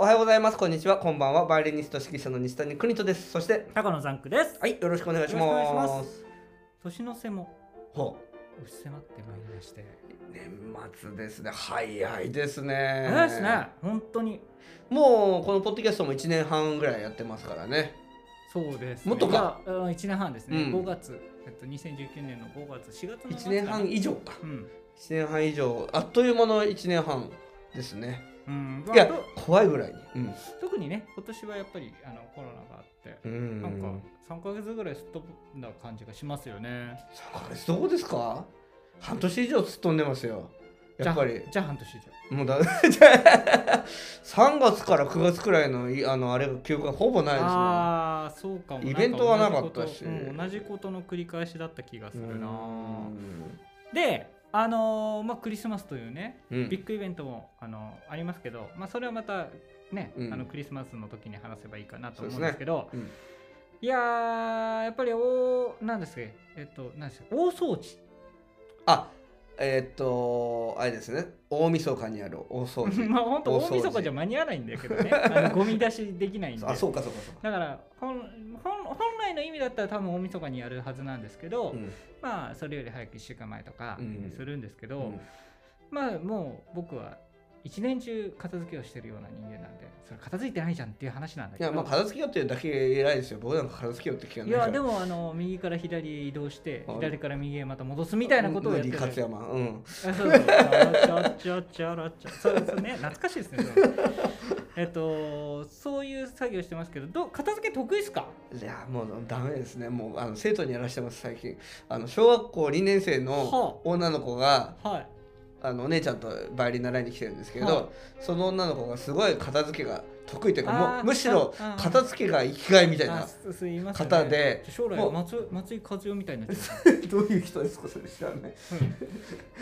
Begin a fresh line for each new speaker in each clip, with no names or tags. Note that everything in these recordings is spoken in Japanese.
おはようございます。こんにちは。こんばんは。バイオリニスト指揮者の西谷邦人です。そして、
高野ザンクです。
はい、よろしくお願いし
よろしくお願
ま。
いします年の瀬も
ほ
押し迫ってまいりまして。
う、年末ですね。早いですね。
早いですね。本当に。
もうこのポッドキャストも1年半ぐらいやってますからね。
そうです、
もっとか
いや。うん一年半ですね。
うん
5月、えっと2019年の5月、4月の
1
末
年半
か
以上か。
な。うん。
1年半以上、あっという間の1年半ですね。
うん、
いや
まあと、
怖いぐらいに。うん。
特にね、今年はやっぱりあのコロナがあって、
うん
なんか3か月ぐらいすっ飛んだ感じがしますよね。
3ヶ月どこですか半年以上突っ飛んでますよ。やっぱり
じゃあ、じゃあ半年以上。
もうだ 3月から9月くらいのいあのあれが記憶がほぼないですもん
ああ、そうかも。
イベントはなかったし
なんか同じことうん同じことの繰り返しだった気がするな。
うん
で、あのーまあ、クリスマスというね、
うん
ビッグイベントも、あのありますけど、まあ、それはまた、ね
うん
あのクリスマスの時に話せばいいかなと
そうで
思う
す
ん
ね
ですけど
うん
いやーやっぱりおなんですかえっとなんですか大掃除
あえーっとあれですね大晦日にある大掃除
まあ本当
大掃
大
除
晦日じゃ間に合わないんだけどねあの ゴミ出しできないんで
あそうかそうかそうか、
だから本本本来の意味だったら多分大晦日にやるはずなんですけど、
うん
まあそれより早く1週間前とか
うん
するんですけど、
うん
まあもう僕は一年中片付けをしてるような人間なんでそれ片付いてないじゃんっていう話なんだ
い
けど
やまあ片付けようっていうだけ偉いですよ僕なんか片付けようって聞かない
いやでもあの右から左へ移動して
あれ
左から右へまた戻すみたいなことをやって
る
る
勝山うん
あそうそうあちゃちゃちゃちゃそうですね懐かしいですねそれえっとそういう作業してますけどどう片付け得意っすか
いやもうダメですねもうあの生徒にやらしてます最近あの小学校2年生の
は
女の子が
はい
あのお姉ちゃんとバイオリン習いに来てるんですけど、
はい
その女の子がすごい片付けが得意というか
あー
もうむしろ
ああー
片付けが生きがいみたい
あ
な
すすいません、
方で
将来
もう
松松井和代みたいになっちゃ
どういう人ですかそれ知らない
う、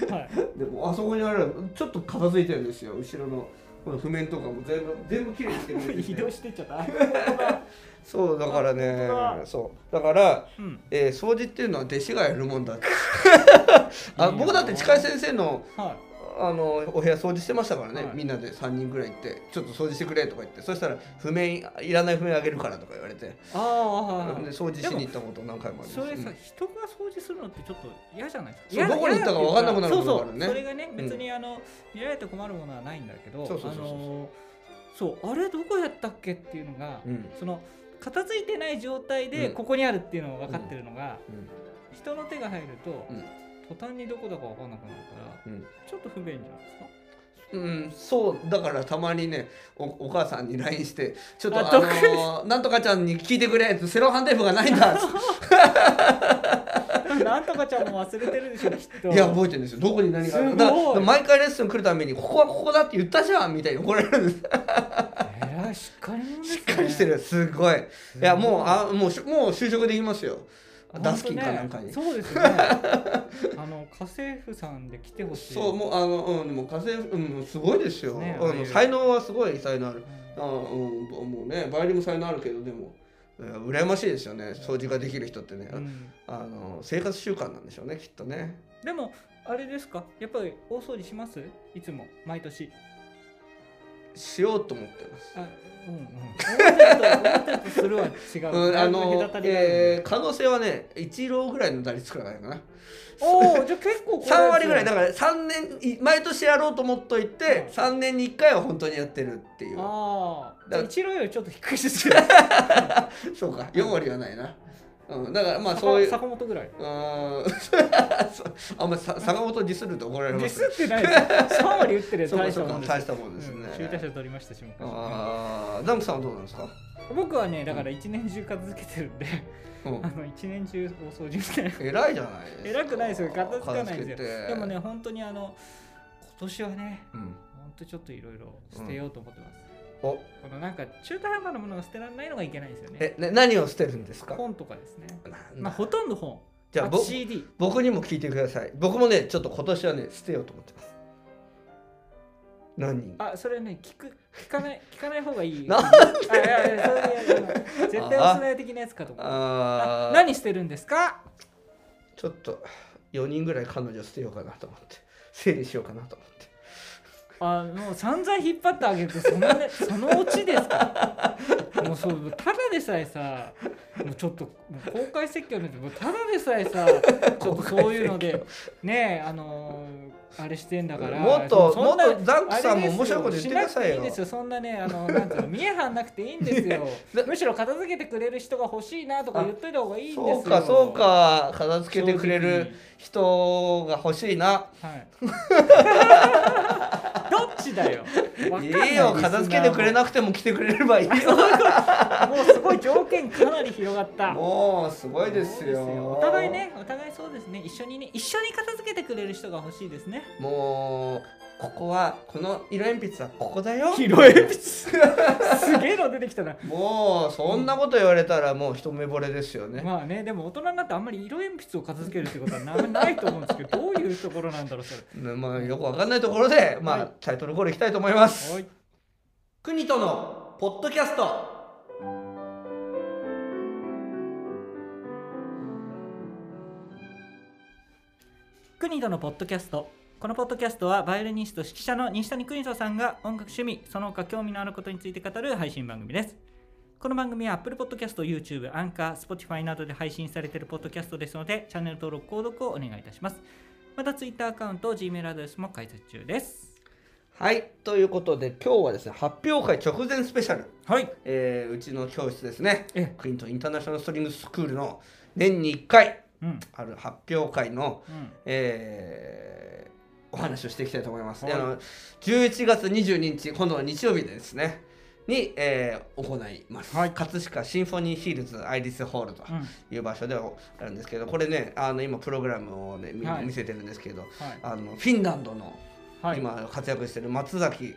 うん はい、
でもあそこにあるちょっと片付いてるんですよ後ろのこの譜面とかも全部全部きれいにしてくれ てて
移動してっちゃった、
そうだからね
本当だ
そうだから
うん
えー掃除っていうのは弟子がやるもんだ
い
あ
いな
僕だって近井先生の
はい
あのお部屋掃除してましたからね、
はい
みんなで3人ぐらい行って「ちょっと掃除してくれ」とか言ってそしたら「譜面いらない譜面あげるから」とか言われて、
ああはいはい
で掃除しに行ったこと何回もあります
それさ、
うん
人が掃除するのってちょっと嫌じゃないですか
そう
嫌だ
どこに行ったか分かんなくなる
そう
ことがあ
そ
る
う
ね
それがね
ん
別にあの、見られて困るものはないんだけど
そうそうそうそう
あのそうあれどこやったっけっていうのが、
うん
その片付いてない状態で
うん
ここにあるっていうのが分かってるのが、
うん
人の手が入ると、
うん
途端にどこだか分かんなくなるから
うん
ちょっと不便じゃないですか
うん、そうだからたまにねおお母さんに LINE して「ちょっと
あ
あのーなんとかちゃんに聞いてくれ」セロハンテープがないん だ」
でもなんとか ちゃんも忘れてるでしょきっと
いや覚えてるんですよどこに何がある
すごい
だからだから毎回レッスン来るために「ここはここだって言ったじゃん」みたいに怒られるん です
えらいしっかり者ですね
しっかりしてるすごいいやもうあもうしもう就職できますよダスキンかなんかに、
本当ねそうで すねあの家政婦さんで来てほしい
そうもうあのうんでも家政婦うんすごいですよ、
ね
あ
ああい
の
う
才能はすごい才能ある
う
あうんぼもうねバイオリンも才能あるけどでもえー羨ましいですよね掃除ができる人ってね、
んうん
あの生活習慣なんでしょうねきっとね
でもあれですかやっぱり大掃除しますいつも毎年
しようと思ってます
あう んうん思ってると思ってるとするは違う、
うん、
だ
あ
いぶ
の
隔た、りがあるんで
えー可能性はね一郎ぐらいの打率くらいかな
おおじゃあ結構これ
3割ぐらいだ
あ
から3年い毎年やろうと思っといて
うん
3年に1回は本当にやってるっていう
あー
だ
じゃあ一郎よりちょっと低いですよ
そうか4割はないな、うん、だからまあ
坂
そういう
坂本ぐらいう
ーん そうあんまさ坂本ディスると怒られ
ディ
ます
スってないです3割打ってるよ
そうか
大し
そ
た
うか
もんです
大したもんですね、
うん、中退者取りましたし昔
ああダンクさんはどうなんですか、
僕はねだから一年中片付けてるんで
う
あ
ん、
の一年中お掃除み たいな
偉いじゃないですか
偉くないですよ片付かないんです
片付け
よ
て
でもね本当にあの今年はね
うん、
本当ちょっといろいろ捨てようと思ってます、
お
このなんか中途半端なものが捨てられないのがいけないんですよね
え、ね、何を捨てるんですか
本とかですね
なん
ま
だ
あほとんど本
じゃあ
あ
ぼ
CD
僕にも聞いてください僕もねちょっと今年はね捨てようと思ってます何人
あそれね聞く聞 かない聞かない方がいい
なん
あいやいやそれいやいや絶対おすない的なやつかと思う
あ
あ
ー
何捨てるんですか
ちょっと4人ぐらい彼女捨てようかなと思って整理しようかなと思って
あの散々引っ張ってあげてその,、 ね、そのオチですかもうそうただでさえさもうちょっともう公開説教なんてもうただでさえさちょっとそういうのでねえあのーあれしてんだから
もっと
そそんな
もっとザックさんも
あれです
面白いこと言ってくださいよ
しなくていいんですよそんなねあのなんていうの見えはんなくていいんで すよ
だ
むしろ片付けてくれる人が欲しいなとか言っといた方がいいんですよ
そうかそうか片付けてくれる人が欲しいな
はい。どっちだよ。わかんない
いいよ片付けてくれなくても来てくれればいい よ
もうすごい条件かなり広がった。
もうすごいですよ
そうお互いね、お互いそうですね。一緒にね、一緒に片付けてくれる人が欲しいですね。
もうここはこの色鉛筆はここだよ
すげえの出てきたな。
もうそんなこと言われたらもう一目惚れですよね、
まあね、でも大人になってあんまり色鉛筆を片付けるってことはなないと思うんですけど、どういうところなんだろう、それ。
ねまあよくわかんないところで、ま
は
あ
い、
タイトルコールいきたいと思います
はい。
国とのポッドキャスト
国とのポッドキャストこのポッドキャストはバイオリニスト指揮者の西谷邦人さんが音楽趣味その他興味のあることについて語る配信番組ですこの番組は Apple Podcast、YouTube、Anchor、Spotify などで配信されているポッドキャストですのでチャンネル登録・購読をお願いいたしますまた Twitter アカウント、Gmail アドレスも開設中です
はいということで今日はですね発表会直前スペシャル、
はい
えーうちの教室ですね
え
クリントンインターナショナルストリングスクールの年に1回
うん
ある発表会の、
うん
えーお話をしていきたいと思います、
はい
あの11月22日今度の日曜日ですねに、えー行います、
はい
葛飾シンフォニーヒールズアイリスホールと
うん
いう場所であるんですけどこれねあの今プログラムを、ねみ
はい
見せてるんですけど
はい
あのフィンランドの
はい
今活躍してる松崎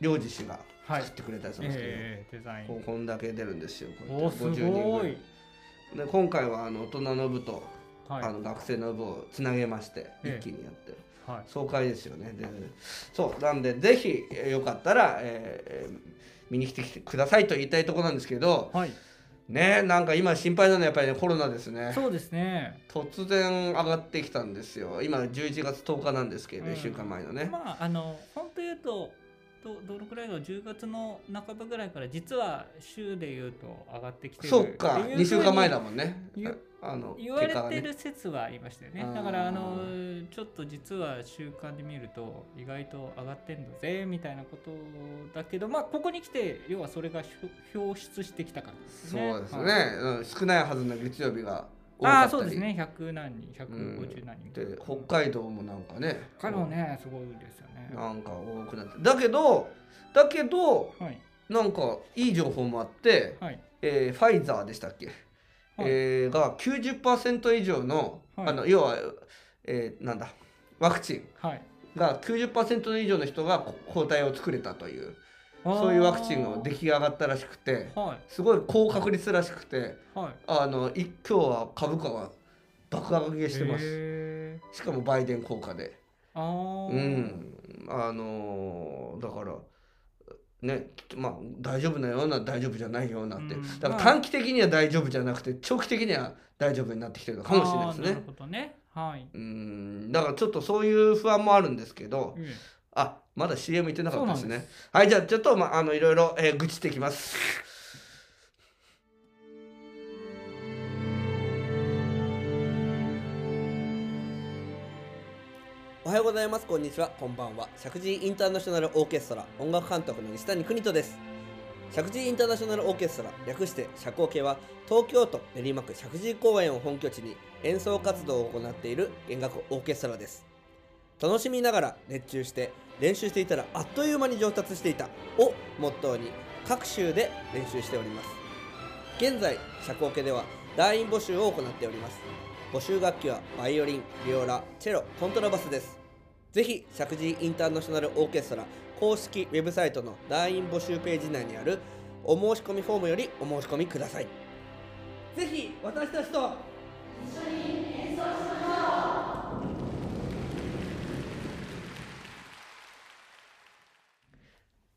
良二氏が
はい
作ってくれたやつなんですけど、
えー、デザイ
こ
ン
うこんだけ出るんですよこうや
お
っ
ー
て
す
50人
ご
ぐら
い
い、で今回はあの大人の部と、
はい
あの学生の部をつなげまして一
ええ
気にやって、
はい
爽快ですよねでそうなんでぜひえーよかったら、えーえー見に来てくださいと言いたいところなんですけど
はい、
ねなんか今心配なのはやっぱりねコロナですね
そうですね
突然上がってきたんですよ今11月10日なんですけど、
うん
1週間前のね、
まああの本当言うとどどのくらいの10月の半ばぐらいから実は週で言うと上がってきてる
そっか
っていうふうに
2週間前だもんね
ゆ
あの
言われ
結果が
て
ね
る説はありましたよね
あー
だからあのちょっと実は週間で見ると意外と上がってんだぜみたいなことだけどまあここに来て要はそれがひょ表出してきたからですね
そうですね、
はい
うん少ないはずの月曜日が多
あ
か
あ
っ
そう
た
です
り、
ね100何人150何人
で北海道もなんかね
北海道ねすごいですよね
なんか多くなってだけどだけど
はい
なんかいい情報もあって、
はい
えーファイザーでしたっけ、えーが90%以上の,、
はい
あの要は、えーなんだワクチン
はい
が90%以上の人がこ抗体を作れたというそういうワクチンが出
き
来上がったらしくて
は
すごい高確率らしくて
いはい
あのい今日は株価は爆上げしてます。
へー
しかもバイデン効果で。
あー
うん、あのーだからねまあ大丈夫なような大丈夫じゃないようなって、
うん
だか
ま
ら
あ
短期的には大丈夫じゃなくて長期的には大丈夫になってきてるのかもしれないで
あー
す
なる
ね。
ほどね。はい。
うんだからちょっとそういう不安もあるんですけど
うん
あまだ CM 行ってなかったです
そうなん
ねはいじゃあちょっと、まあ、あのいろいろ、えー愚痴ってきますおはようございますこんにちはこんばんは石神井インターナショナルオーケストラ音楽監督の西谷邦人です石神井インターナショナルオーケストラ略して社交系は東京都練馬区石神井公園を本拠地に演奏活動を行っている弦楽オーケストラです楽しみながら熱中して練習していたらあっという間に上達していたをモットーに各州で練習しております現在社交系では団員募集を行っております募集楽器はバイオリンビオラチェロコントラバスですぜひ石神井インターナショナルオーケストラ公式ウェブサイトの団員募集ページ内にあるお申し込みフォームよりお申し込みくださいぜひ私たちと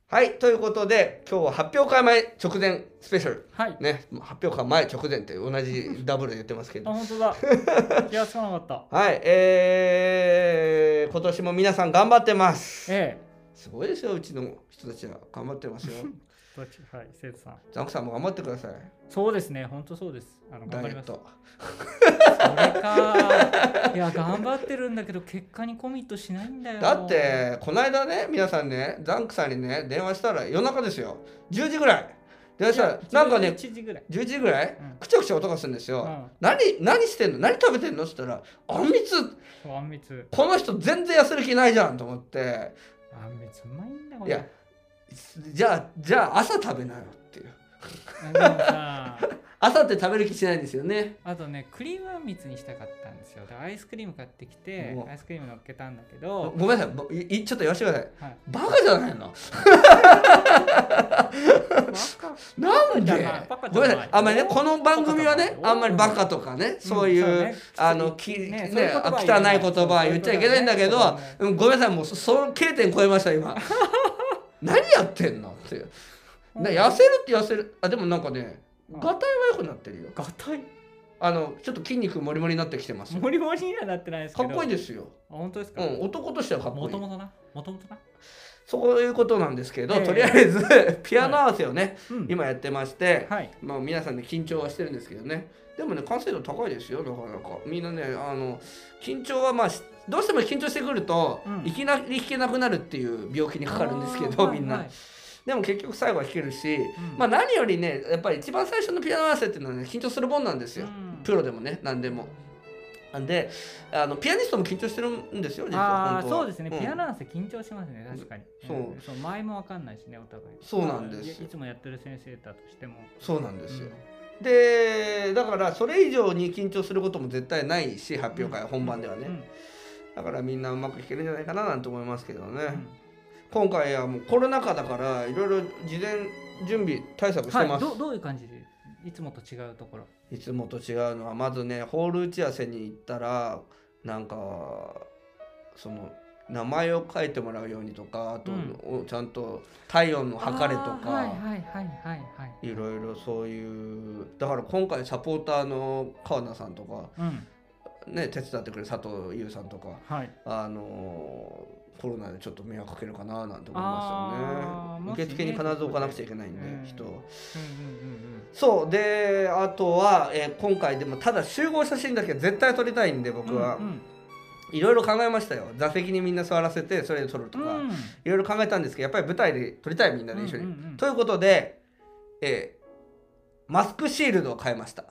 はい、ということで、今日は発表会前直前スペシャル。
はい。
ね、発表会前直前って同じダブルで言ってますけ
あ、
ど。
本 当だ。気がつかなかった。
はい、えー、今年も皆さん頑張ってます。
え
すごいですよ、うちの人たちは。頑張ってます よ。
え。どっちはい、生徒さん。
ザンクさんも頑張ってください。
そうですね、本当そうです。あの
ダ
頑
イ
張
エ
りま
ッ
す。そ
ト。
れか。いや、頑張ってるんだけど、結果にコミットしないんだよ。
だっ。て、この間ね、皆さんね、ザンクさんにね、電話したら夜中ですよ。10時ぐらい。電話したら、なんかね、
1時ぐらい。
11時ぐらい
うん
くちゃくちゃ音がするんですよ。
うん
何何してんの何食べてんのって言ったら「あんみつ
そうあんみつ。
この人全然痩せる気ないじゃん」と思って
あんみつうまいんだ
「
こ
い
れ。
やじゃあじゃあ朝食べなよ」っていう
あでもさ。
朝って食べる気しないんですよね
あとね、クリームあんみつにしたかったんですよ。だからアイスクリーム買ってきて
う、わ
アイスクリーム乗っけたんだけ
ご
ど、
めんなさいぼいいちょっと言わせてください
はい。
バカじゃないのなんでごめんなさいあ
バカバカじゃない
んまりねこの番組は
バカ
ね
じゃない
あんまりバカとかねそういう,、
んね
あのきね
ねそういう言葉
汚
は
い
言えない
言葉は言っちゃいけないんだけど
そういうことだね
うんごめんなさいもうそその K 点超えました 今何やってんのっていう
うん
ね痩せるって痩せるあでもなんかね
うん
がたいは良くなってるよ
ガタイ
あのちょっと筋肉もりもりになってきてますよ
モリモリにはなってないですけ
か
ど
っこいい
です
ですよ、
あ本当です
う
か
ん、男としてはかっこ
も
い
と
い
もとなもともとな
そういうことなんですけど、
ええ
とりあえずピアノ合わせをね、
うん
今やってまして、
はい
まあ、皆さんね緊張はしてるんですけどねでもね完成度高いですよなかなかみんなねあの緊張はまあしどうしても緊張してくると、
うん
いきなり弾けなくなるっていう病気にかかるんですけ
あ
ど
ー
みんな、
はいはい
でも結局最後は弾けるし、
うん
まあ何よりねやっぱり一番最初のピアノ合わせっていうのはね緊張するもんなんですよ、
うん
プロでもね何でもなんであのピアニストも緊張してるんですよ実は
あ
本
ー
当は
そうですね、
ん
ピアノ合わせ緊張しますね確かに、
そう
うんそう前もわかんないしねお互い
そうなんですよ
まあいいつもやってる先生だとしても
そうなんですよ、
うん
でだからそれ以上に緊張することも絶対ないし発表会本番ではね、
うん
だからみんなうまく弾けるんじゃないかななんて思いますけどね、
うん
今回はもうコロナ禍だからいろいろ事前準備対策して
はい
ます、
どどういう感じでいつもと違うところ
いつもと違うのはまずねホール打ち合わせに行ったらなんかその名前を書いてもらうようにとかあと、
う
ちゃんと体温の測れと
あー
か、
はいはいはいはいはい
いろいろそういうだから今回サポーターの川名さんとか、
うん
ね、手伝ってくれる佐藤優さんとか、
はい
あのーコロナでちょっと迷惑かけるかななんて思いま
あー
すよね
もし
受付に必ず置かなくちゃいけないんで、
うん
人を
うんうんうんうん
そうであとは、えー今回でもただ集合写真だけは絶対撮りたいんで僕は、
うん
いろいろ考えましたよ座席にみんな座らせてそれで撮るとか、
うん
いろいろ考えたんですけどやっぱり舞台で撮りたいみんなで一緒に、
うんうんうん
ということで、えーマスクシールドを変えました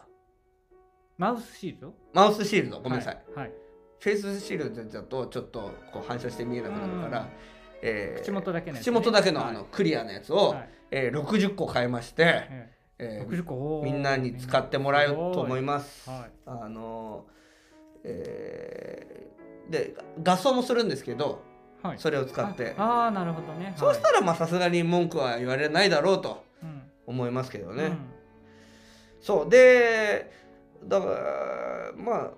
マウスシールド
マウスシールドごめんなさい、
はい、はい
フェイスシールドだとちょっとこう反射して見えなくなるから、
うん
えー
口元だけのやつ
口
ね
元だけの
はい
あのクリアなやつを、
はい
えー60個買いまして、えー
60個
みんなに使ってもらうと思い
ま
ます。
はい
あのーえーで画装もするんですけど
はい、
それを使って、
ああーなるほどね
そうしたらまあさすがに文句は言われないだろうと
ら、はい
思いますけど
う
ね。
ん
そうでだからまあ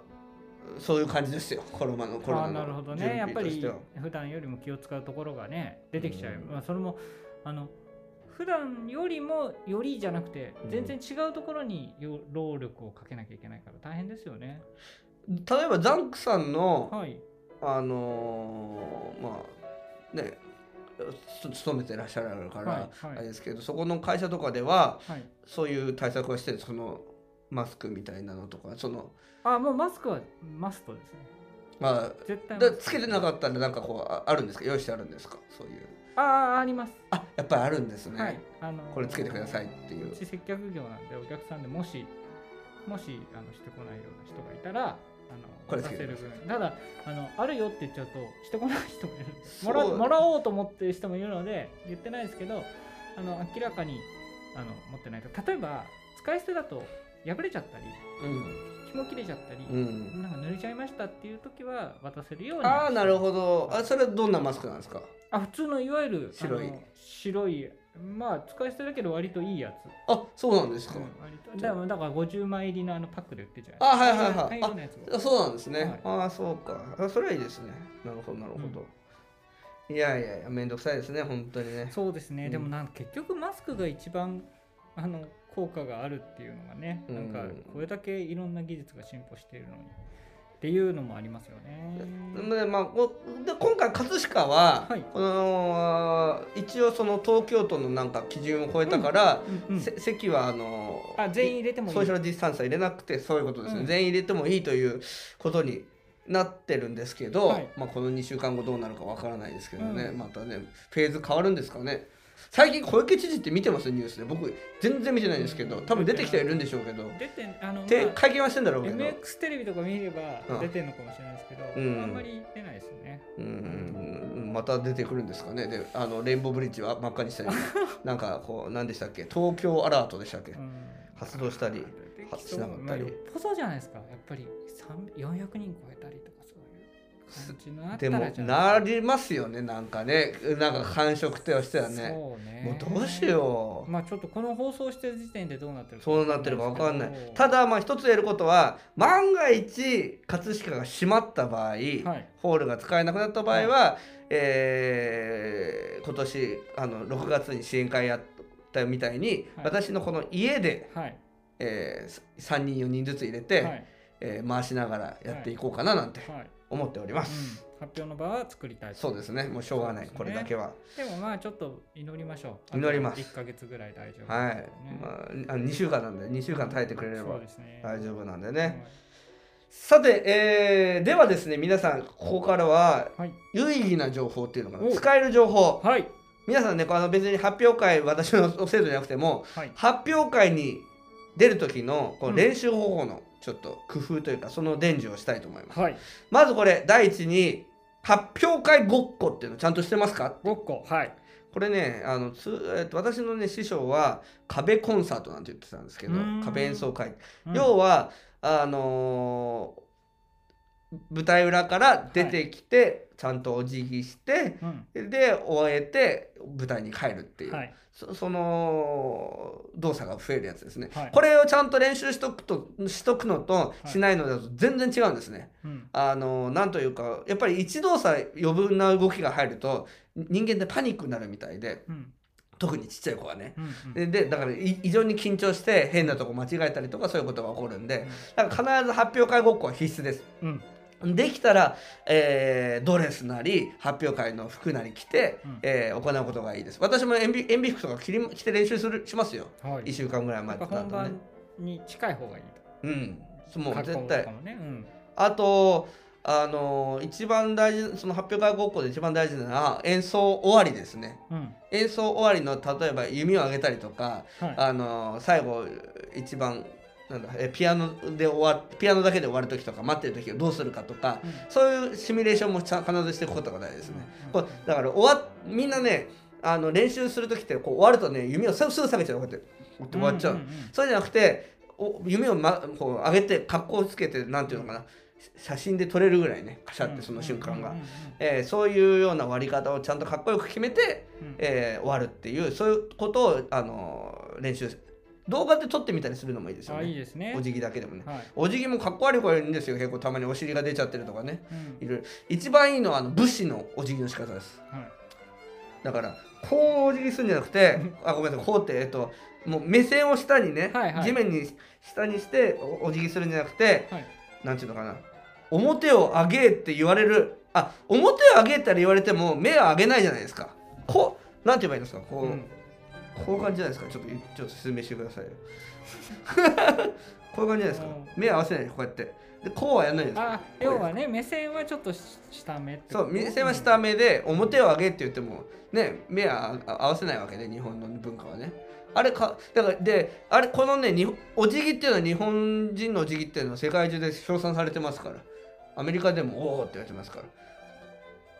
そういう感じですよコロナのコ
うん、
ロ
ああ
ナの
ーなるほど
準
ね
備
やっぱ
とし
り
ては
普段よりも気を使うところがね出てきちゃう、
うん
まあ、それもあの普段よりもよりじゃなくて
うん
全然違うところによ労力をかけなきゃいけないから大変ですよね、
例えばザンクさんの
はい
あのーまあねつ勤めてらっしゃるから、
はいはい
あれですけどそこの会社とかでは
はい
そういう対策はしてるそのマスクみたいなのとかその、
あーもうマスクはマストですね
ま
絶
あ、
対
だつけてなか
っ
ったらなんかこうああるんですか用意してあるんですかそういう
たあああります
あやっぱりあるんですね、
はい、あのー
これつけてくださいっていう
うち接客業なんでお客さんでもしもしあのしてこないような人がいたらあ
こ
の
れ
出
つけ
せ
てくだ
る
さい
分ただあのあるよって言っちゃうとしてこない人もいるんです
そ
も
う
らもらおうと思ってる人もいるので言ってないですけどあの明らかにあの持ってないと例えば使い捨てだと破れちゃったり紐切れちゃったり、
うん、うん、
なんか濡れちゃいましたっていう時は渡せるように
ああなるほどあそれはどんなマスクなんですか
あ普通のいわゆる
白い
あの白いまあ使い捨てだけど割といいやつ
あそうなんですか、
うん割とだからだから50枚入りのあのパックで売ってるじゃん。
あはいはいはい
灰色のやつも
あそうなんですね、
はい
ああそうかあそれはいいですねなるほどなるほど、いやいやいや、めんどくさいですね、本当にね。
そうですね、
うん
でもなんか結局マスクが一番あの効果があるっていうのがね、なんか
うん
これだけいろんな技術が進歩しているのにっていうのもありますよね。
でまあ、おで今回葛飾は、
はい
この一応その東京都のなんか基準を超えたから、
うんうん
せ席はあの
あ全員入れてもいい
ソーシャルディスタンスは入れなくてそういうことですね、
うん
全員入れてもいいということになってるんですけど、
はい
まあ、この2週間後どうなるかわからないですけどね、
うん
またねフェーズ変わるんですかね最近小池知事って見てますニュースで僕全然見てないんですけど多分出てきてはいるんでしょうけど、
出てあの、
て
まあ
会見はしてんだろうけど、
MX テレビとか見れば
うん
出てるのかもしれないですけど、
ん
あんまり出ないですね。
うんまた出てくるんですかねであのレインボーブリッジは真っ赤に したりなんかこう何でしたっけ東京アラートでしたっけ、
うん
発動したり
出てき
発
そ
し
う
なかったり
まあよっぽどじゃないですかやっぱり3 400人超えたりとかそういう感じになった
で
ら
も
じゃ
ないりますよねなんかねなんか感触としてはね
そうね
もうどうしよう、
まあちょっとこの放送してる時点でどうなってるか
そうなってるかわかんない
ですけど
ただまあ一つ言えることは万が一葛飾が閉まった場合、
はい
ホールが使えなくなった場合は、えー今年あの6月に支援会やったみたいに、
はい
私のこの家で、
はい
えー、3人4人ずつ入れて、
はい
えー回しながらやっていこうかななんて
はい
思っており
うん、
ます、
発表の場は作りたい
そうですねもうしょうがない、
そ
こ
うですね
れだけは
でもまあちょっと祈りましょう
祈ります
1か月ぐらい大丈夫
はい、
ね
まあ、あの2週間なんで2週間耐えてくれれ
そ
ば
うですね
大丈夫なんで
は
ね
い
さて、えーではですね皆さんここからは
はい
有意義な情報っていうのか
お
な使える情報
はい
皆さんねこうあの別に発表会私の制度じゃなくても
はい
発表会に出る時のこ
う
の
ん
練習方法のちょっと工夫というかその伝授をしたいと思います、
はい
まずこれ第一に発表会ごっこっていうのちゃんとしてますか
ごっこはい
これねあのつ、えっと私のね師匠は壁コンサートなんて言ってたんですけど
うーん
壁演奏会、
うん
要はあのー舞台裏から出てきて、ちゃんとお辞儀して
うん
で終えて舞台に帰るっていう、
はい
そその動作が増えるやつですね、
はい
これをちゃんと練習しとくとしとくのと
い
しないのだと全然違うんですね、
うん
あのなんというかやっぱり一動作余分な動きが入ると人間ってパニックになるみたいで
うん
特にちっちゃい子はね。
うんうん
ででだからい異常に緊張して変なとこ間違えたりとかそういうことが起こるんでだから必ず発表会ごっこは必須です。
うん
できたら、えードレスなり発表会の服なり着て、
うん
えー行うことがいいです。私も塩ビ塩ビ服とか着り着て練習するしますよ。
はい
1週間ぐらい
や
前
っ
と
ぱ
か
本
だとね
番。に近い方がいい
うん、
と
もう絶
格好
対
とかもねうん
あとあの一番大事その発表会ごっこで一番大事なのは演奏終わりですね
うん
演奏終わりの例えば弓を上げたりとか
はい
あの最後一番なんだえピアノで終わピアノだけで終わる時とか待ってる時をどうするかとか
うん
そういうシミュレーションもちゃん必ずしていくことが大事ですね
うん
こうだから終わみんなねあの練習する時ってこう終わるとね弓をすぐすぐ下げちゃうこうやってこうやって終わっちゃう、
んんん
そうじゃなくてお夢を、ま、こう上げて格好をつけてなんていうのかな写真で撮れるぐらいねカシャってその瞬間が、
うんうんうん
えーそういうような割り方をちゃんとかっこよく決めて、
うんうん
えー終わるっていうそういうことを、あのー練習動画で撮ってみたりするのもいいですよ
あいい
ね
ですね
お辞儀だけでもね
はい
お辞儀もかっこ悪い子はいるんですよ結構たまにお尻が出ちゃってるとかね
うん
いる一番いいのはあの武士のお辞儀の仕方です
はい
だからこうお辞儀するんじゃなくてあごめんなさいこうってえっともう目線を下にね、
はいはい
地面に下にしておお辞儀するんじゃなくて
はい
なんていうのかな表を上げって言われるあ表を上げたら言われても目は上げないじゃないですかこうなんて言えばいいんですかこう、
うん
こういう感じじゃないですかちょっとちょっと説明してください よこういう感じじゃないですか
うん
目合わせないでこうやってでこうはやんないじゃないですか
あ
こう
要はね目線はちょっとし下目ってこと
そう目線は下目で表を上げって言ってもね目はあ合わせないわけで日本の文化はねあれかだからであれこのね日本お辞儀っていうのは日本人のお辞儀っていうのは世界中で称賛されてますからアメリカでもおおって言われてますか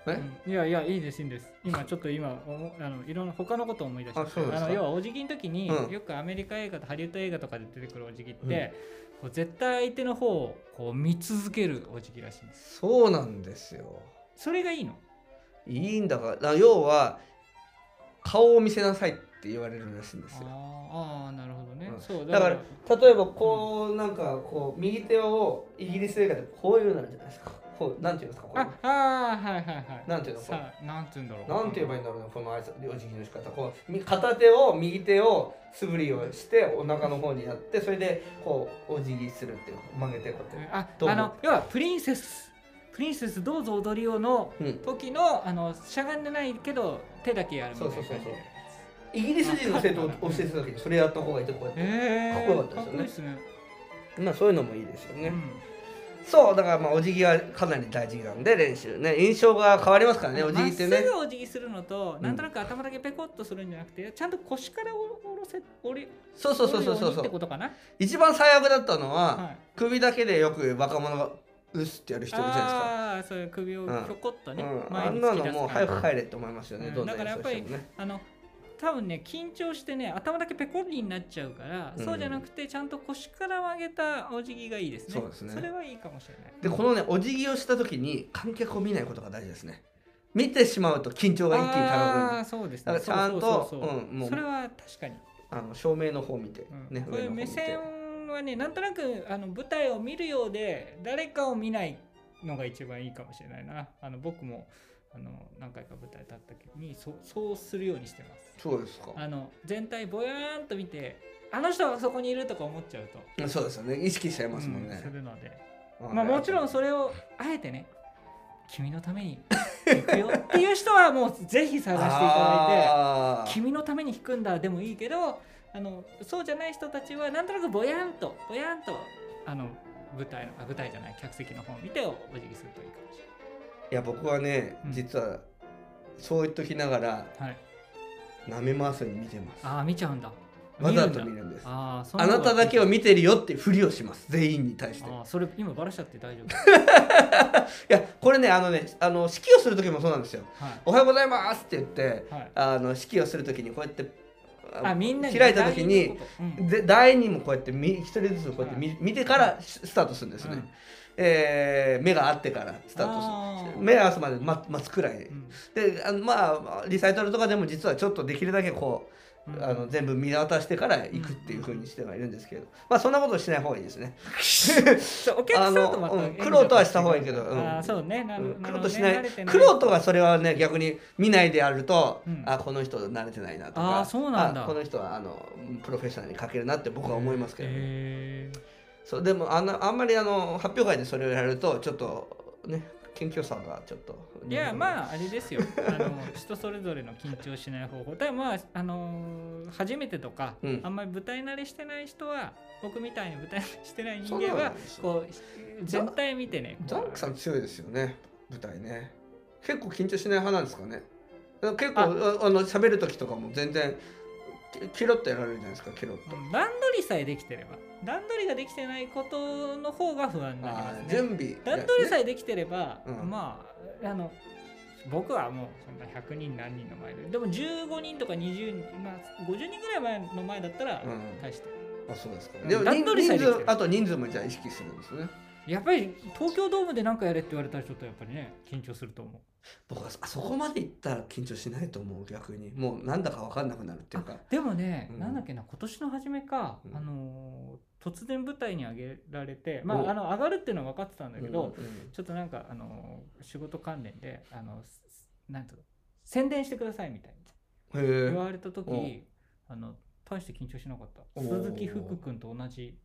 らね
うんいやいやいいですいいんです今ちょっと今おもあのいろんな他のことを思い出して
あそうですか
の要はお辞儀の時に、
うん
よくアメリカ映画とハリウッド映画とかで出てくるお辞儀って、こう絶対相手の方をこう見続けるお辞儀らしいんです
そうなんですよ
それがいいの
いいんだからだから要は顔を見せなさいって言われるらしいんですよ
あーあーなるほどね、
うん
そう
だから例えばこうなんかこう右手をイギリス映画でこういうのあるじゃないですかこうなんていうんですかこ
あ
う
あーはいはいはい
なんていうのこれ
さあなんていうんだろう
なんて言えばいいんだろうなこの挨拶お辞儀の仕方こうみ片手を右手を素振りをしてお腹の方にやってそれでこうお辞儀するっていう曲げてこうやって
あ
どうも
あの要はプリンセスプリンセスどうぞ踊りよの
うん
時のあのしゃがんでないけど手だけやるみたいな
そうそうそうそう
感じ
イギリス人の生徒を教えてた時にそれやった方がいいとこうやって、
へえ
かっこよかったですよね
かっこいいっすね
まあそういうのもいいですよね、
うん
そうだからまあお辞儀はかなり大事なんで練習ね印象が変わりますからねお辞
ま
儀
っ
っ
す
てね
ぐお辞儀するのと、
うん
なんとなく頭だけペコッとするんじゃなくてちゃんと腰からお下ろせおり
そうそうそうそうそう
おるように
そ
ってこ
う
とかな
一番最悪だったのは、
はい
首だけでよく若者がうっすってやる人いるじゃないですか
ああそういう首をひょこっとね、
うん、あ
前
ん
に
な
突き
の
出す
もう早く帰れって思いますよね、
うん
どんな
だからやっぱり
演奏してもね
あの多分ね緊張してね頭だけペコリになっちゃうから、
うん
そうじゃなくてちゃんと腰から曲げたお辞儀がいいですね
そうですね
それはいいかもしれない
でこのねお辞儀をした時に観客を見ないことが大事ですね見てしまうと緊張が一気に高く
あ
な
あ
る
そうです
だ
ね
からちゃんと
そうそうそうそう
うんもう
それは確かに、
あの照明の方見て、
うん
ね
こう
上
い
の方
う目
見て
線はねなんとなくあの舞台を見るようで誰かを見ないのが一番いいかもしれないなあの僕もあの何回か舞台立った時にそそうするようにしてます
そうですか
あの全体ぼやーんと見てあの人がそこにいるとか思っちゃうと
うんそうですよね意識しちゃいますもん
うん
ね
す、るので
う
まあもちろんそれをあえてね君のために弾くよっていう人はもうぜひ探していただいて君のために弾くんだでもいいけどあのそうじゃない人たちはなんとなくぼやんとぼやんとあの舞台のあ舞台じゃない客席の方を見てお辞儀するといいかもし
いや僕はね
うん
実はそう言っときながら
れない、はい、
舐め回すように見てます
ああ見ちゃうんだ
わざと
る
見
んだ
るんですあ
あーそん
なただけを
見
見てるよってふりをします全員に対して
あーそれ今バラしちゃって大丈夫、
いやこれねあのねあの指揮をする時もそうなんですよ
はい
おはようございますって言って
はい、
あの指揮をする時にこうやって
あみんなに
開いた時
大事な
に
ことうん
で第二もこうやってみ一人ずつこうやって見,、見てからしスタートするんですね、
うん
えー目が合ってからスタート
あ
す
ー
る目が合うまで待待つくらいで,、
うん
であのまあリサイタルとかでも実はちょっとできるだけこう、
うん
あの全部見渡してから行くっていうふうにしてはいるんですけど、まあそんなことしない方がいいですね
そうお客さんとまた
あのうん
演技
苦労とはした方がいいけどうん
あーそうねなる
苦労
るほ
と
ど
しない
ね慣れて
苦労とはそれはね逆に見ないでやると、
うん
あこの人慣れてないなと
あ
か
ーそうなんだ
あこの人はあのプロフェッショナルに欠けるなって僕は思いますけど、
へー
そうでもあのあんまりあの発表会でそれをやるとちょっとね謙虚さがちょっと
いやまああれですよあの人それぞれの緊張しない方法ただまああのー初めてとか、
うん
あんまり舞台慣れしてない人は僕みたいに舞台慣れしてない人
そうな
間
ん
は
ですよ
こう全体見てね
ジャンクさ
ん
ん強いですよね舞台ね結構緊張しない派なんですかね結構
あ
ああの喋る時とかも全然キキロッとやられるじゃないですかキロッと、
段取りさえできてれば段取りができてないことの方が不安になり
あ
ます
ー
ね
準備
段取りさえできてれば、
うん
まああの僕はもうそんな100人何人の前ででも15人とか20人、まあ、50人ぐらい前の前だったら
うん
大して、
あそうですか
うん
でも
段
人
取りさえ
人
できてる
数あと人数もじゃあ意識するんですね
やっぱり東京ドームで何かやれって言われたらちょっとやっぱりね緊張すると思う
僕はそあそこまで行ったら緊張しないと思う逆にもうなんだか分かんなくなるっていうか
でもね、
うん
なんだっけな今年の初めか、
うん
あのー突然舞台に上げられて、ま
お
あ、あの上がるっていうのは分かってたんだけど、
うんうん
ちょっとなんかあのー仕事関連であのすなんていうの宣伝してくださいみたいな
へえ
言われた時、
うん
あの大して緊張しなかった
おー
鈴木福君と同じ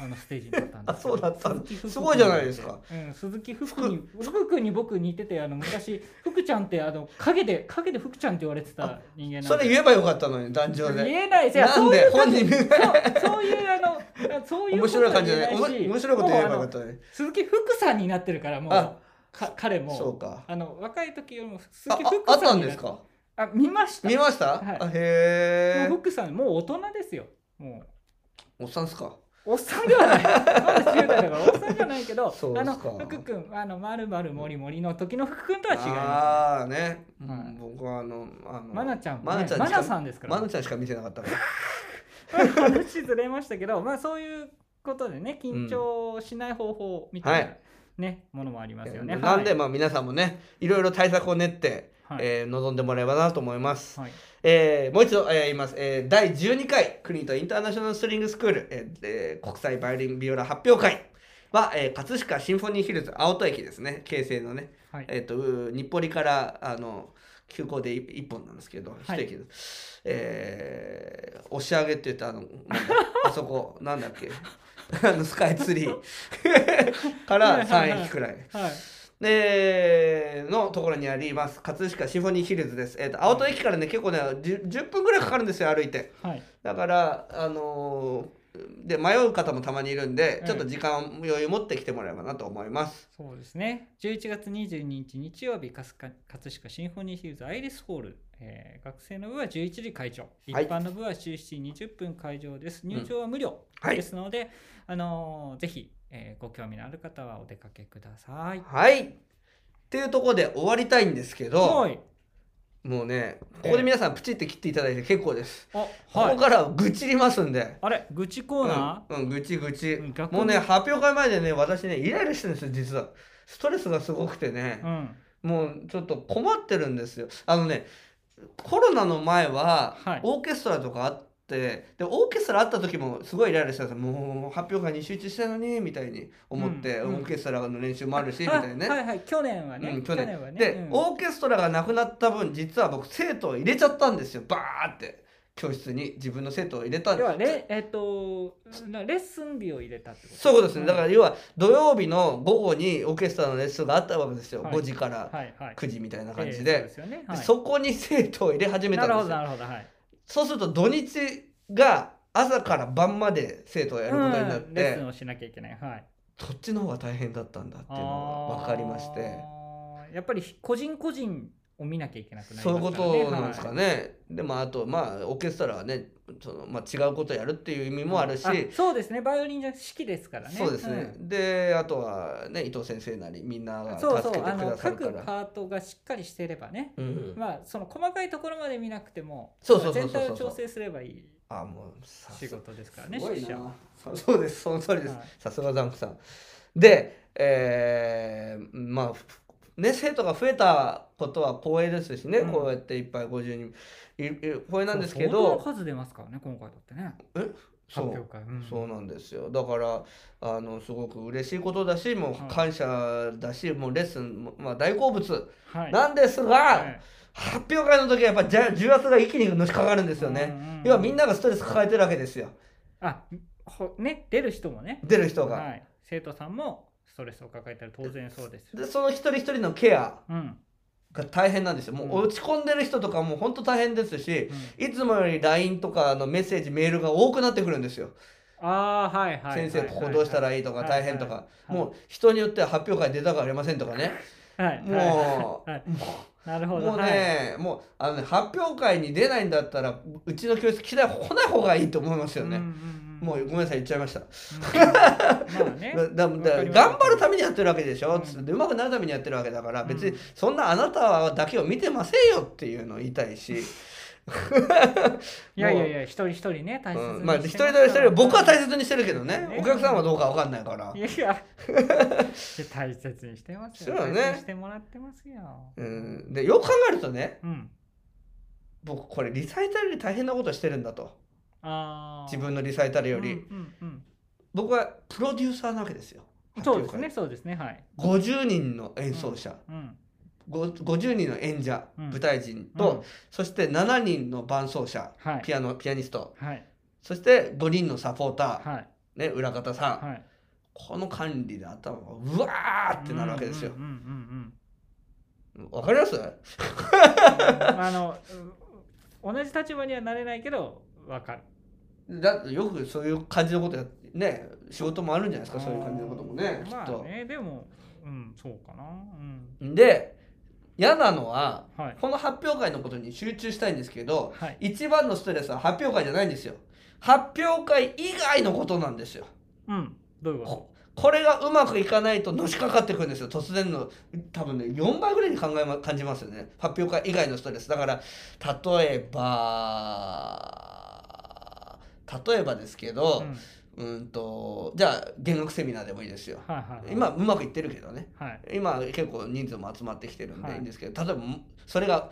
あのステージに立ったんです
あそうだったんだ
鈴木福君
すごいじゃないですか、
うん、鈴木福に福君に僕似ててあの昔福ちゃんってあの影で影で福ちゃんって言われてた人間なんで
それ言えばよかったのに壇上で
言えないじゃん
なんで本人
そうそういうあのそういう
面白い感じで
ことは言えないし
面白いこと言えばよか
もうあ
っ
の
たのに
鈴木福さんになってるからもう
あ
か彼も
そうか
あの若い時よりも鈴
あ
木
ああ
福
っ
さ
た
ん
ん
に
で
なっ
すか
あ見ました
見ました、
はい
あ
もう
へえ
福さんもう大人ですよも
おっさんですか
うおっさんではないまだ10代だからおっさんじゃないけど
そう
あ
です
の
か
福君あのまるまるもりもりの時の福君とは違いま
ああね、うん
はい
僕はあのあの
すマナちゃんもね
マナちゃん
マ
しか
ナさんですから
マナちゃんしか見てなかったから
話ずれましたけどまあそういうことでね緊張しない方法みたいな、
は
ねものもありますよね
なんで、
はい
まあ皆さんもねいろいろ対策を練って、
はい
えー臨んでもらえばなと思います、
はい
えーもう一度、えー言います、えー第12回クリントンインターナショナルストリングスクール、えーえー国際バイオリンビオラ発表会、は、えー葛飾シンフォニーヒルズ青戸駅ですね京成のね、
はい
えっとう日暮里からあの急行で一一本なんですけど、
はい
一駅ですえー、押し上げって言ったあ のなんだあそこなんだっけあのスカイツリー から3駅くらい
はい
でのところにあります葛飾シンフォニーヒルズです、えっと青戸駅からね結構ね 10, 10分ぐらいかかるんですよ歩いて
はい
だからあのーで迷う方もたまにいるんで、
うん
ちょっと時間余裕持ってきてもらえばなと思います
そうですね11月22日日曜日葛飾葛飾シンフォニーヒルズアイリスホール、えー学生の部は11時会場一
はい
般の部は17時20分会場です
ん
入場は無料
はい
ですので、あのーぜひ、えーご興味のある方はお出かけください
はいっていうところで終わりたいんですけど、
はい
もうねここで皆さんプチって切っていただいて結構です、
あ
こ
は
こ
い
から愚痴りますんで
あれ愚痴コーナ
うん、うん、愚痴愚痴、
うん逆に
もうね発表会前でね私ねイライラしてるんですよ実はストレスがすごくてね
ー、うん
もうちょっと困ってるんですよ。あのねコロナの前は
はい
オーケストラとかあって、でオーケストラあった時もすごいイライラしてたんですよもう発表会に集中したのにみたいに思って、
うんうん
オーケストラの練習もあるしみ
あ
たいなね。
はいはい去年はね、
うん去
去
年
年はね
で、
うん
オーケストラがなくなった分実は僕生徒を入れちゃったんですよバーって教室に自分の生徒を入れたんで
要
す
はレえっとなレッスン日を入れたってこと
そういうことですね、だから
は
要は土曜日の午後にオーケストラのレッスンがあったわけですよ、
はい
5時から
いはい
9時みたいな感じ
えーそうで
です
よね
で
はい
そこに生徒を入れ始めたん
な
ですよ
るほどなるほどはい
そうすると土日が朝から晩まで生徒をやることになっ
うん、レッ
て、
スンをしなきゃいけないはい
そっちの方が大変だったんだっていうのが分かりまして
あーやっぱり個人個人を見なきゃいけなくなりますか
そう
ら
いう
ね
ことなんですか
ね、
ね、でもあとまあオーケストラはねその、まあ、違うことやるっていう意味もあるし、
あそうですねバイオリンじゃ指揮ですからね
そうですね、
ん
であとはね伊藤先生なりみんなが助
そう
け
そ
て
う
く
あの
ださるか
各
ら。
パートがしっかりしていればね、
うん
まあその細かいところまで見なくても
そうそうそうそう
まあ全体を調整すればいい
あもうさす
仕事ですからね
すごい
指揮者は
なそうそうですその通りです、
はい
さすがザンクさんでえーまあふね生徒が増えたことは光栄ですしね、
うん
こうやっていっぱい50人いい光栄なんですけ
相当
ど
な数出ますからね今回だってね
そ
発
う
表会うん
そうなんですよだからあのすごく嬉しいことだしも
はいう
感謝だし、もうレッスンも、まあ、大好物
はい
なんですが、
はい
発表会の時はやっぱじゃ重圧が一気にのしかかるんですよ
う
ね、
んうんうん
要はみんながストレス抱えてるわけですよ
あほね出る人もね
出る人が、
はい、生徒さんもストレスを抱えたら当然そうですよ
でその一人一人のケア
うん、うん
が大変なんですよもう
うん
落ち込んでる人とかも本当大変ですし、いつもより LINE とかのメッセージメールが多くなってくるんですよ、
ああはいはいはいはい
先生ここどうした
い
らいいとか
はい
大変とか、
はいはい
もう人によっては発表会出たくありませんとかね、
い、はい、
もう、
はい
も
なる
う
ほど
もうね、もうあのね発表会に出ないんだったらうちの教室来ない来ない方がいいと思います
はい
よね、
うんうんうん、
もうごめんなさい言っちゃいました、
うんまあ ね
だだだ
わかります
頑張るためにやってるわけでしょ、
うん
つって上手くなるためにやってるわけだから別
う
に
ん
そんなあなただけを見てませんよっていうのを言いたいし、
いやいやいや一人一人ね大切に
うんまあ一
し
人
てます
一
から
人してる僕は大切にしてるけどね
ね
お客さんはどうかわかんないから
いやいや大切にしてますよ
そうだね
大切にしてもらってますよ
うんでよく考えるとね
うん
僕これリサイタルより大変なことしてるんだと
あー
自分のリサイタルより、
うんうん
僕はプロデューサーなわけですよ
うん、そうですねそうですねはい、
50人の演奏者、
うん
ご50人の演者、
うん
舞台人
う
と、
ん
そして7人の伴奏者
はい
ピアノピアニスト
はい
そして5人のサポーター、
はい
ね、裏方さん、
はい
この管理で頭がうわーってなるわけですよ
うんうんうんうん
わかります
あのう同じ立場にはなれないけど分かる。
だってよくそういう感じのことやね仕事もあるんじゃないですかそういう感じのこともねき
ま
っ
あ
と。
ねでもうんそうかな。うん
で嫌なのは
はい
この発表会のことに集中したいんですけど
はい。
一番のストレスは発表会じゃないんですよ発表会以外のことなんですよ
うんどういうこ
ここれがうまくいかないとのしかかってくるんですよ突然の多分ね4倍ぐらいに考え、ま、感じますよね発表会以外のストレスだから例えば例えばですけ
と。
ど
うん、
うんとじゃあ弦楽セミナーでもいいですよ
はいはいはい。
今うまくいってるけどね
はい。
今結構人数も集まってきてるんで
はい
いいんですけど、例えばそれが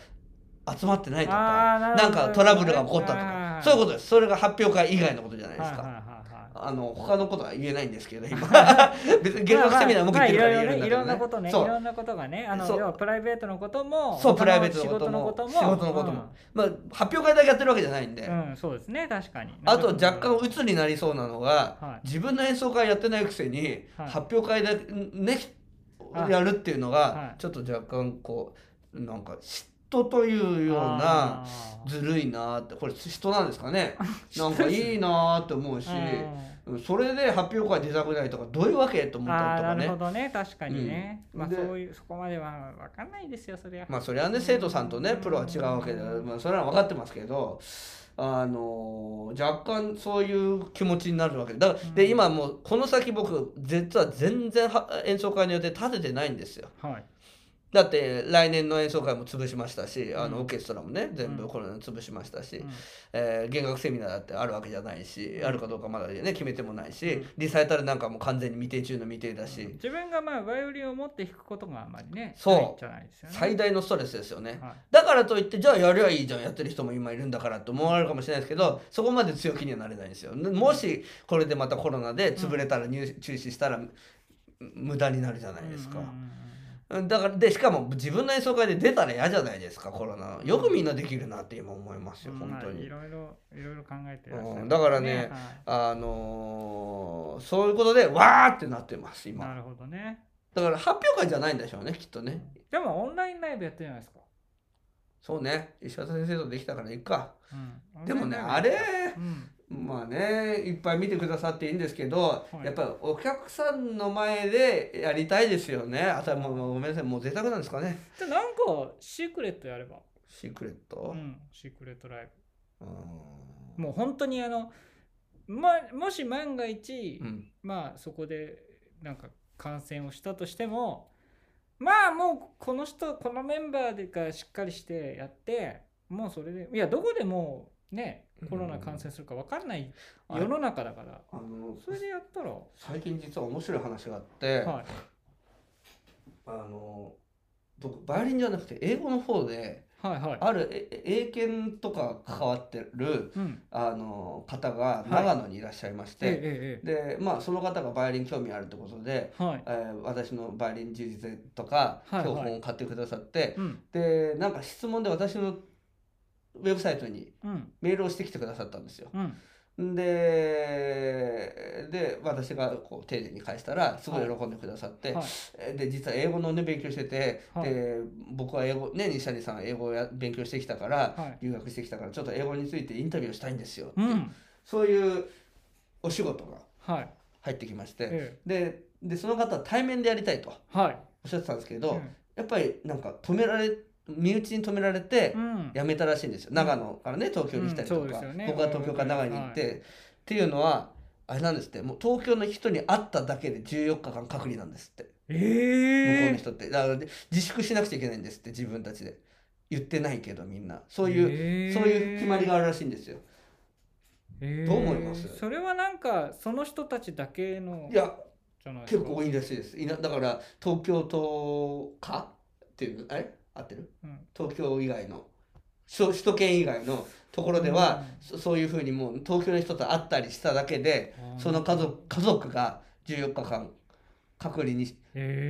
集まってないとか
あーなる
な
ほど
んかトラブルが起こったと
はいはい
か
はい
そういうことですそれが発表会以外のことじゃないで
はい
す
はい
か。
はいはい。
あの他のことは言えないんですけど今 別に言語学セミナーうまくいってるから言えるんだ
まあまあまあいろいろねい
けど
ろんなことねい
そう
ろんなことがねあの
そう
要はプライベートのことも
そう
他
プライベートのことも
仕事の
仕事の
こ
ことと
も
もまあ、発表会だけやってるわけじゃないんで、
うん、うんそうですね確かに
あと若干鬱になりそうなのが、
は
自分の演奏会やってないくせに、
はい
発表会でね
はい
やるっていうのが、
はい
ちょっと若干こうなんか嫉妬というような
あー
ずるいなーってこれ人なんですか ねなんかいいなーって思うし、
うん
それで発表会出たくないとかどういうわけと思った
あ
り
ー
とか
なるほ
ね
どね確かにね、
うん
まあ
で
そういうそこまでは分かんないですよそりゃ、
まあそれはね生徒さんとねプロは違うわけで、まあ、それは分かってますけど。あのー若干そういう気持ちになるわけでだから
う
で
ん
今もうこの先僕実は全然は演奏会の予定立ててないんですよ
はい
だって来年の演奏会も潰しましたしあ
う
の
ん
オーケストラもね全
う
部
ん
コロナで潰しましたし、
うん
えー弦楽セミナーだってあるわけじゃないしあるかどうかまだね決めてもないし、
うん
リサイタルなんかも完全に未定中の未定だし、
自分がまあバイオリンを持って弾くことがあんまりね
そう
ないじゃないですよね
最大のストレスですよね、
はい
だからといってじゃあやりゃいいじゃんやってる人も今いるんだからって思われるかもしれないですけどそこまで強気にはなれないんですよもしこれでまたコロナで潰れたら入中止したらむ無駄になるじゃないですか
うんうんうんうん
だからでしかも自分の演奏会で出たら嫌じゃないですかコロナよくみんなできるなって今思いますよ
うん
本当
まあい
に
ろいろいろいろ考えてらっしゃる、
うんだからね
はい
あのーそういうことでわーってなってます
な
今
るほどね
だから発表会じゃないんでしょうねきっとね
でもオンラインライブやってるじゃないですか、
そうね石渡先生とできたからいいか
うん
でもね
オン
あ
ラインライ
れ
ブうん
まあねいっぱい見てくださっていいんですけど、
はい
やっぱりお客さんの前でやりたいですよねあともうごめんなさいもう贅沢なんですかね
じゃあなんかシークレットやれば、
シークレッ
う
ト、
ん、シークレットライ
うん
ブもう本当にあの、ま、もし万が一、
うん
まあそこでなんか感染をしたとしてもまあもうこの人このメンバーでがしっかりしてやってもうそれでいやどこでもうねコロナ感染するか分かんない
うん
世の中だから、
あの
それでやったら、は
最近実は面白い話があって、
い、
あの僕バイオリンじゃなくて英語の方で
はいはい
あるええ英検とか関わってる
うん
あの方が
い
長野にいらっしゃいまし
ええ
て、
え
で
え
まあその方がバイオリン興味あるってことで、
ええはい
えー私のバイオリン充実とか
はいはい
標本を買ってくださって、
うん
でなんか質問で私のウェブサイトに
うん
メールをしてきてくださったんですよ。
うん
でで私がこう丁寧に返したらすごい喜んでくださって、
はい
えで実は英語のね勉強してて、
はい
で僕は英語ね西谷さん英語をや勉強してきたから、
はい
留学してきたからちょっと英語についてインタビューしたいんですよって
う
いう、
ん
そういうお仕事が
はい
入ってきまして、
え
ででその方は対面でやりたいと。
えはい
おっしゃってたんですけど、
うん
やっぱりなんか止められ身内に止められて
うん
辞めたらしいんですよ、長野からね東京に来たりと
うんそうで
か、
すよね
僕は東京から長野に行って、っていうのはあれなんですってもう東京の人に会っただけで14日間隔離なんですって
え
向こう
え
の人ってだからで自粛しなくちゃいけないんですって自分たちで言ってないけどみんなそういう、
う
そういう決まりがあるらしいんですよ
ど
どう思います
それはなんかその人たちだけの
いや
じゃないです
結
か
構多いらしいですいなだから東京都かっていうあれ合ってる
うん
東京以外の首首都圏以外のところでは、
う
そ
ん
そういうふうにもう東京の人と会ったりしただけでその家族家族が14日間隔離に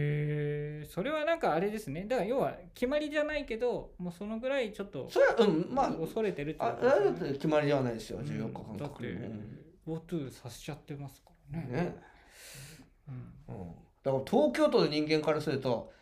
へえそれはなんかあれですねだから要は決まりじゃないけどもうそのぐらいちょっと
それはうんまあ
恐れてるって
あ
こと
あれだ
で
っ
すね
て決まりではないですよ
うん
14日間
だっ
隔
て
離ね、
GoTo させちゃってますからね
ね
うん
うん、だから東京都の人間からすると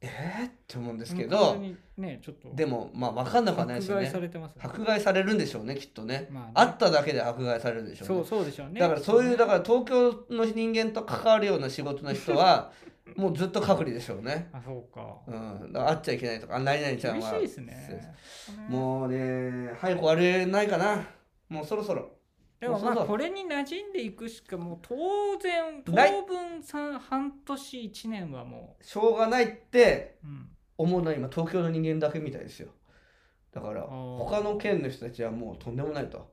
えー、って思うんですけ
完全
ど
にねちょっと
でもまあ分かんなくはないですよ
迫害
ね
されてますね
迫害されるんでしょうねきっとね
まあ
会
ね
っただけで迫害されるんでしょうね
そうそうでしょうね
だからそういうだ
か
から東京の人間と関わるような仕事の人は もうずっと隔離でしょうね、
らあそうか
うん、だから会っちゃいけないとかあ何々ちゃん
厳
は
しいです
そうです
ね
もうね早く割れないかなもうそろそろ
でも
そう
まあ
そう
これに馴染んでいくしかもう当然当
ない
分さん半年1年はも
しょうがないって
う、うん、
思うのは今東京の人間だけみたいですよだから
あー
他の県の人たちはもうとんでもないと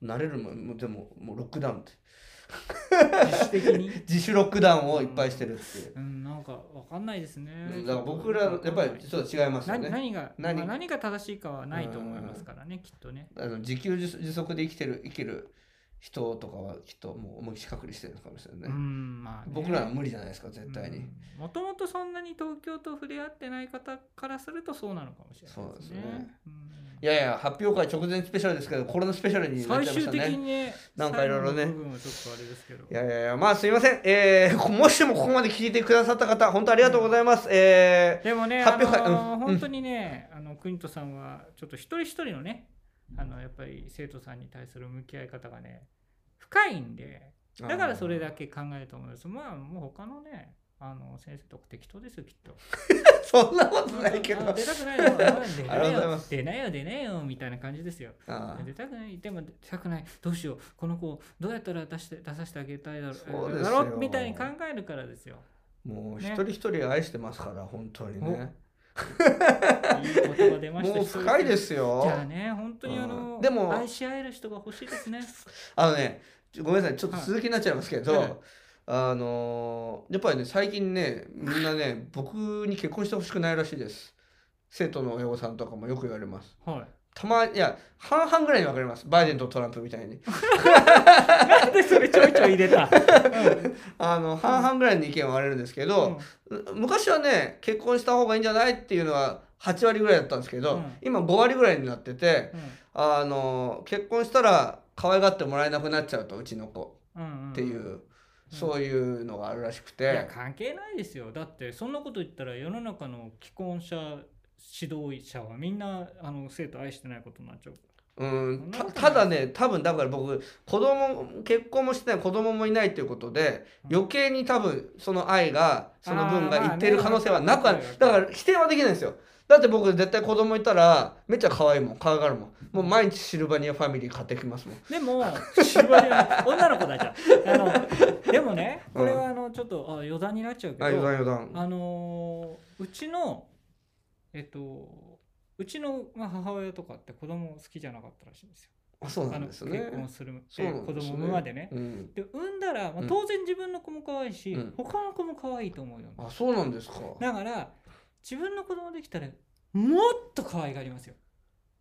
慣れるもんもうでももうロックダウンって
自主的に
自主ロックダウンをいっぱいしてるっていう、
うんなんかわかんないですね
うんだから僕らやっぱりちょっと違いますよ
何
ね
何が
何
まあ何が正しいかはないと思いますからねきっとね
あの自給自足自足で生きてる生きる人とかはきっともう思いっきり隔離してるのかもしれな
う
いね、
んまあね、
僕らは無理じゃないですか絶対に、
もともとそんなに東京と触れ合ってない方からするとそうなのかもしれないですね
そうですね
うん
いやいや発表会直前スペシャルですけどコロナスペシャルになっ
最
ちゃいまし
終
た
的に
ね
ね
なんかいろいろね
最後の部分はちょっとあれですけど
いやいやいやまあすいません、えー、もしもここまで聞いてくださった方本当ありがとうございます、え
でもね、
発表会
あのー
うん
本当にね、あの国人さんはちょっと一人一人のね、あのやっぱり生徒さんに対する向き合い方がね、深いんで、
ー
だからそれだけ考えると思うんです。まあもう他のね、あの先生とか適当ですよきっと。
そんなことないけど
あ出たくないよ。出
ありが
な
と
いう
ござい ま
よ。出ないよ出ないよみたいな感じですよ。
あー
出たくないでも出たくないどうしようこの子をどうやったら出して出させてあげたいだ
そ
ろ
う
う
です
だ
よ
ろうみたいに考えるからですよ。
もう
ね
一人一人愛してますから本当にね
いい言葉出ました。
もう深いですよ
じゃあね、本当にあの、
うんでも
愛し合える人が欲しいですね。
あのねちょごめんなさいちょっと続きになっちゃいますけど、
はい
あのーやっぱりね最近ねみんなね僕に結婚してほしくないらしいです生徒の親御さんとかもよく言われます
は
たまいや半々ぐらいに分かれますバイデンとトランプみたい に
い。なんでそれちょいちょい入 れた。うん
あの半々ぐらいに意見は割れるんですけど、昔はね結婚した方がいいんじゃないっていうのは8割ぐらいだったんですけど、
うん
今5割ぐらいになってて
うん
あの結婚したら可愛がってもらえなくなっちゃうとうちの子
うんん
っていう、
ん
そういうのがあるらしく
いや
て、
関係ないですよだってそんなこと言ったら世の中の既婚者指導者はみんなあの生徒愛してないことになっちゃう
うん、た
そんなことな
ただ
い
ね多分だから僕子供結婚もしてない子供もいないということで
うん
余計に多分その愛がその分がいってる可能性はなく
あ
あ
ーまあ
る
ね
だから否定はできないんですよだって僕絶対子供いたらめっちゃ可愛いもん可愛がるもんもう毎日シルバニアファミリー買ってきますもん
でもシルバニ ア女の子だじゃんあのでもねこれはあのちょっとあ余談になっちゃうけど、
あ余談余談
あのーうちのえっとうちのまあ母親とかって子供好きじゃなかったらしいんですよ。
あそうな
あ
ん
の
です
結
ね
婚する、
そうなん
え
ですね
子供産むまでね。
うん
で産んだら、まあ
うん、
当然自分の子も可愛いし、
うん
他の子も可愛いと思うよ、
あそうなんですか
だから自分の子供できたらもっと可愛がりますよ。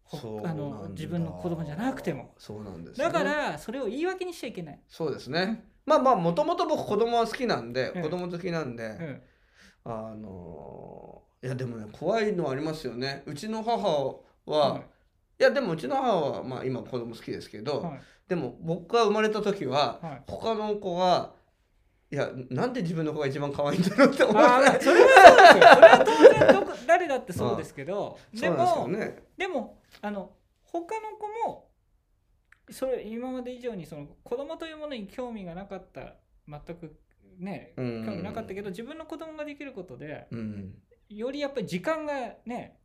ほ
そう
あ
なんだ
の自分の子供じゃなくても。
そうなんですね
だからそれを言い訳にしちゃいけない。
そうですねまあまあもともと僕子供は好きなんで
うん
子供好きなんで、
うん、
あのーいやでもね怖いのありますよねうちの母は、い
は、
やでもうちの母はまあ今子供好きですけ
い
ど、
はい
でも僕が生まれた時は、
はい
他の子はいやなんで自分の子が一番可愛いんだろうって思わ
あ
ない
ーそれはそうですよ。それは当然どこ誰だってそうですけど、
そ
で
う
も
なんですよね
でもあの他の子もそれ今まで以上にその子供というものに興味がなかった全くね
う
興
ん
味なかったけど自分の子供ができることで
うん
よりやっぱり時間がね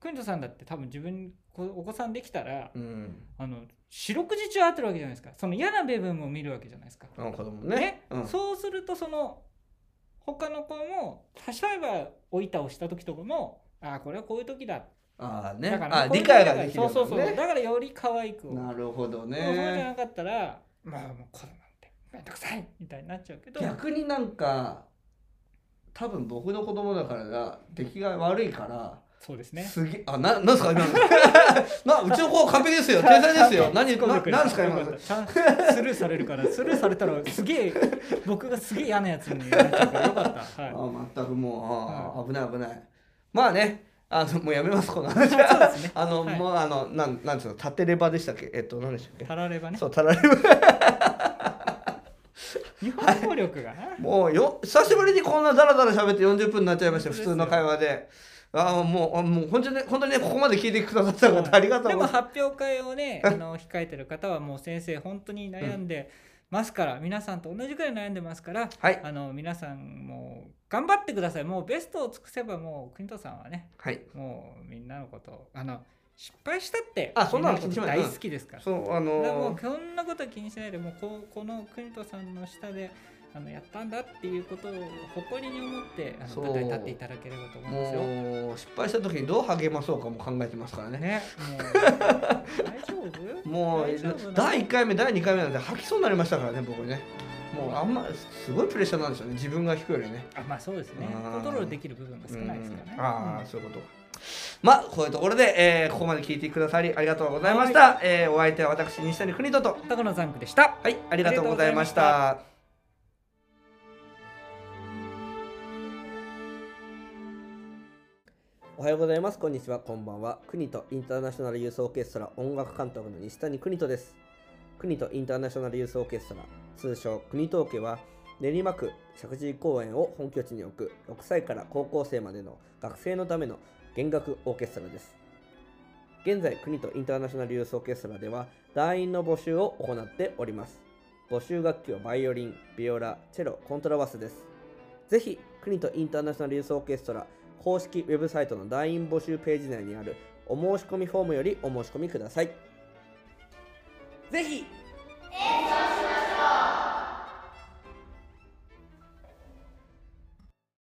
クントさんだって多分自分こお子さんできたら
うん
あの四六時中会ってるわけじゃないですかその嫌な部分も見るわけじゃないですか。
あの子供ね
ね、
うん、
そうするとその他の子も例えばおいたをした時とかもああこれはこういう時だ
ああね
だから
あ
こうい
理
う時だ
解
か
が
ら
できるようにね
そうそうそうだからより可愛く
なるほど
でもそうじゃ
ね
なかったらまあもう子供ってめんどくさいみたいになっちゃうけど
逆になんか多分僕の子供だからが出来が悪いから
そうですね
すげあななんすか今のなうちの 子完璧 ですよ天才ですよ何ななんすか今
よ
の
ったちゃんスルーされるからスルーされたらすげえ 僕がすげえ嫌なやつになっちゃうからよかったはい
あ全くもうあ、危ない危ないまあねあのもうやめますこの 話
あそう
は
ですね
あの、
はい
もうあのなんなんつうの縦レバでしたっけえっと何でしたっけ
たらればね
そうたられば
日本語力がな
もうよ久しぶりにこんなダラダラ喋って40分になっちゃいましたよ普通の会話であもうあもう本当に本当にねここまで聞いてくださった
はい
方ありがとう
で
ございま
も
す
発表会をねあの控えてる方はもう先生本当に悩んでますから、皆さんと同じくらい悩んでますから
はい
あの皆さんも頑張ってくださいもうベストを尽くせばもう国戸さんはね
はい
もうみんなのことあの失敗したって
あそんなの
みこと
気にしない
大好きですから、
そうあ
だからも
の
うこんなことは気にしないでもうこうこの国戸さんの下であのやったんだっていうことを誇りに思ってあ
そ
の
う
舞台に立っていただければと思うんですよ。
もう失敗した時にどう励まそうかも考えてますからね
ね、もう大丈夫
も
大丈夫な
う
の
第1回目第2回目なんて吐きそうになりましたからね僕ねもうあんますごいプレッシャーなんですよね自分が引くよりね
あまあそうですね
うん
コントロールできる部分が少ないですからね
うんあ
う
あ
ん
そういうことかまあこういうところで、えーここまで聞いてくださりありがとうございました、えーお相手は私西谷邦人と
高野ザンクでした。
はいありがとうございました
ありがとうござい
おはようございますこんにちはこんばんは国とインターナショナルユースオーケストラ音楽監督の西谷邦人です国とインターナショナルユースオーケストラ通称国東家は練馬区石神井公園を本拠地に置く6歳から高校生までの学生のための弦楽オーケストラです現在国とインターナショナルユースオーケストラでは団員の募集を行っております募集楽器はバイオリンビオラチェロコントラバスですぜひ国とインターナショナルユースオーケストラ公式ウェブサイトの団員募集ページ内にあるお申し込みフォームよりお申し込みくださいぜひ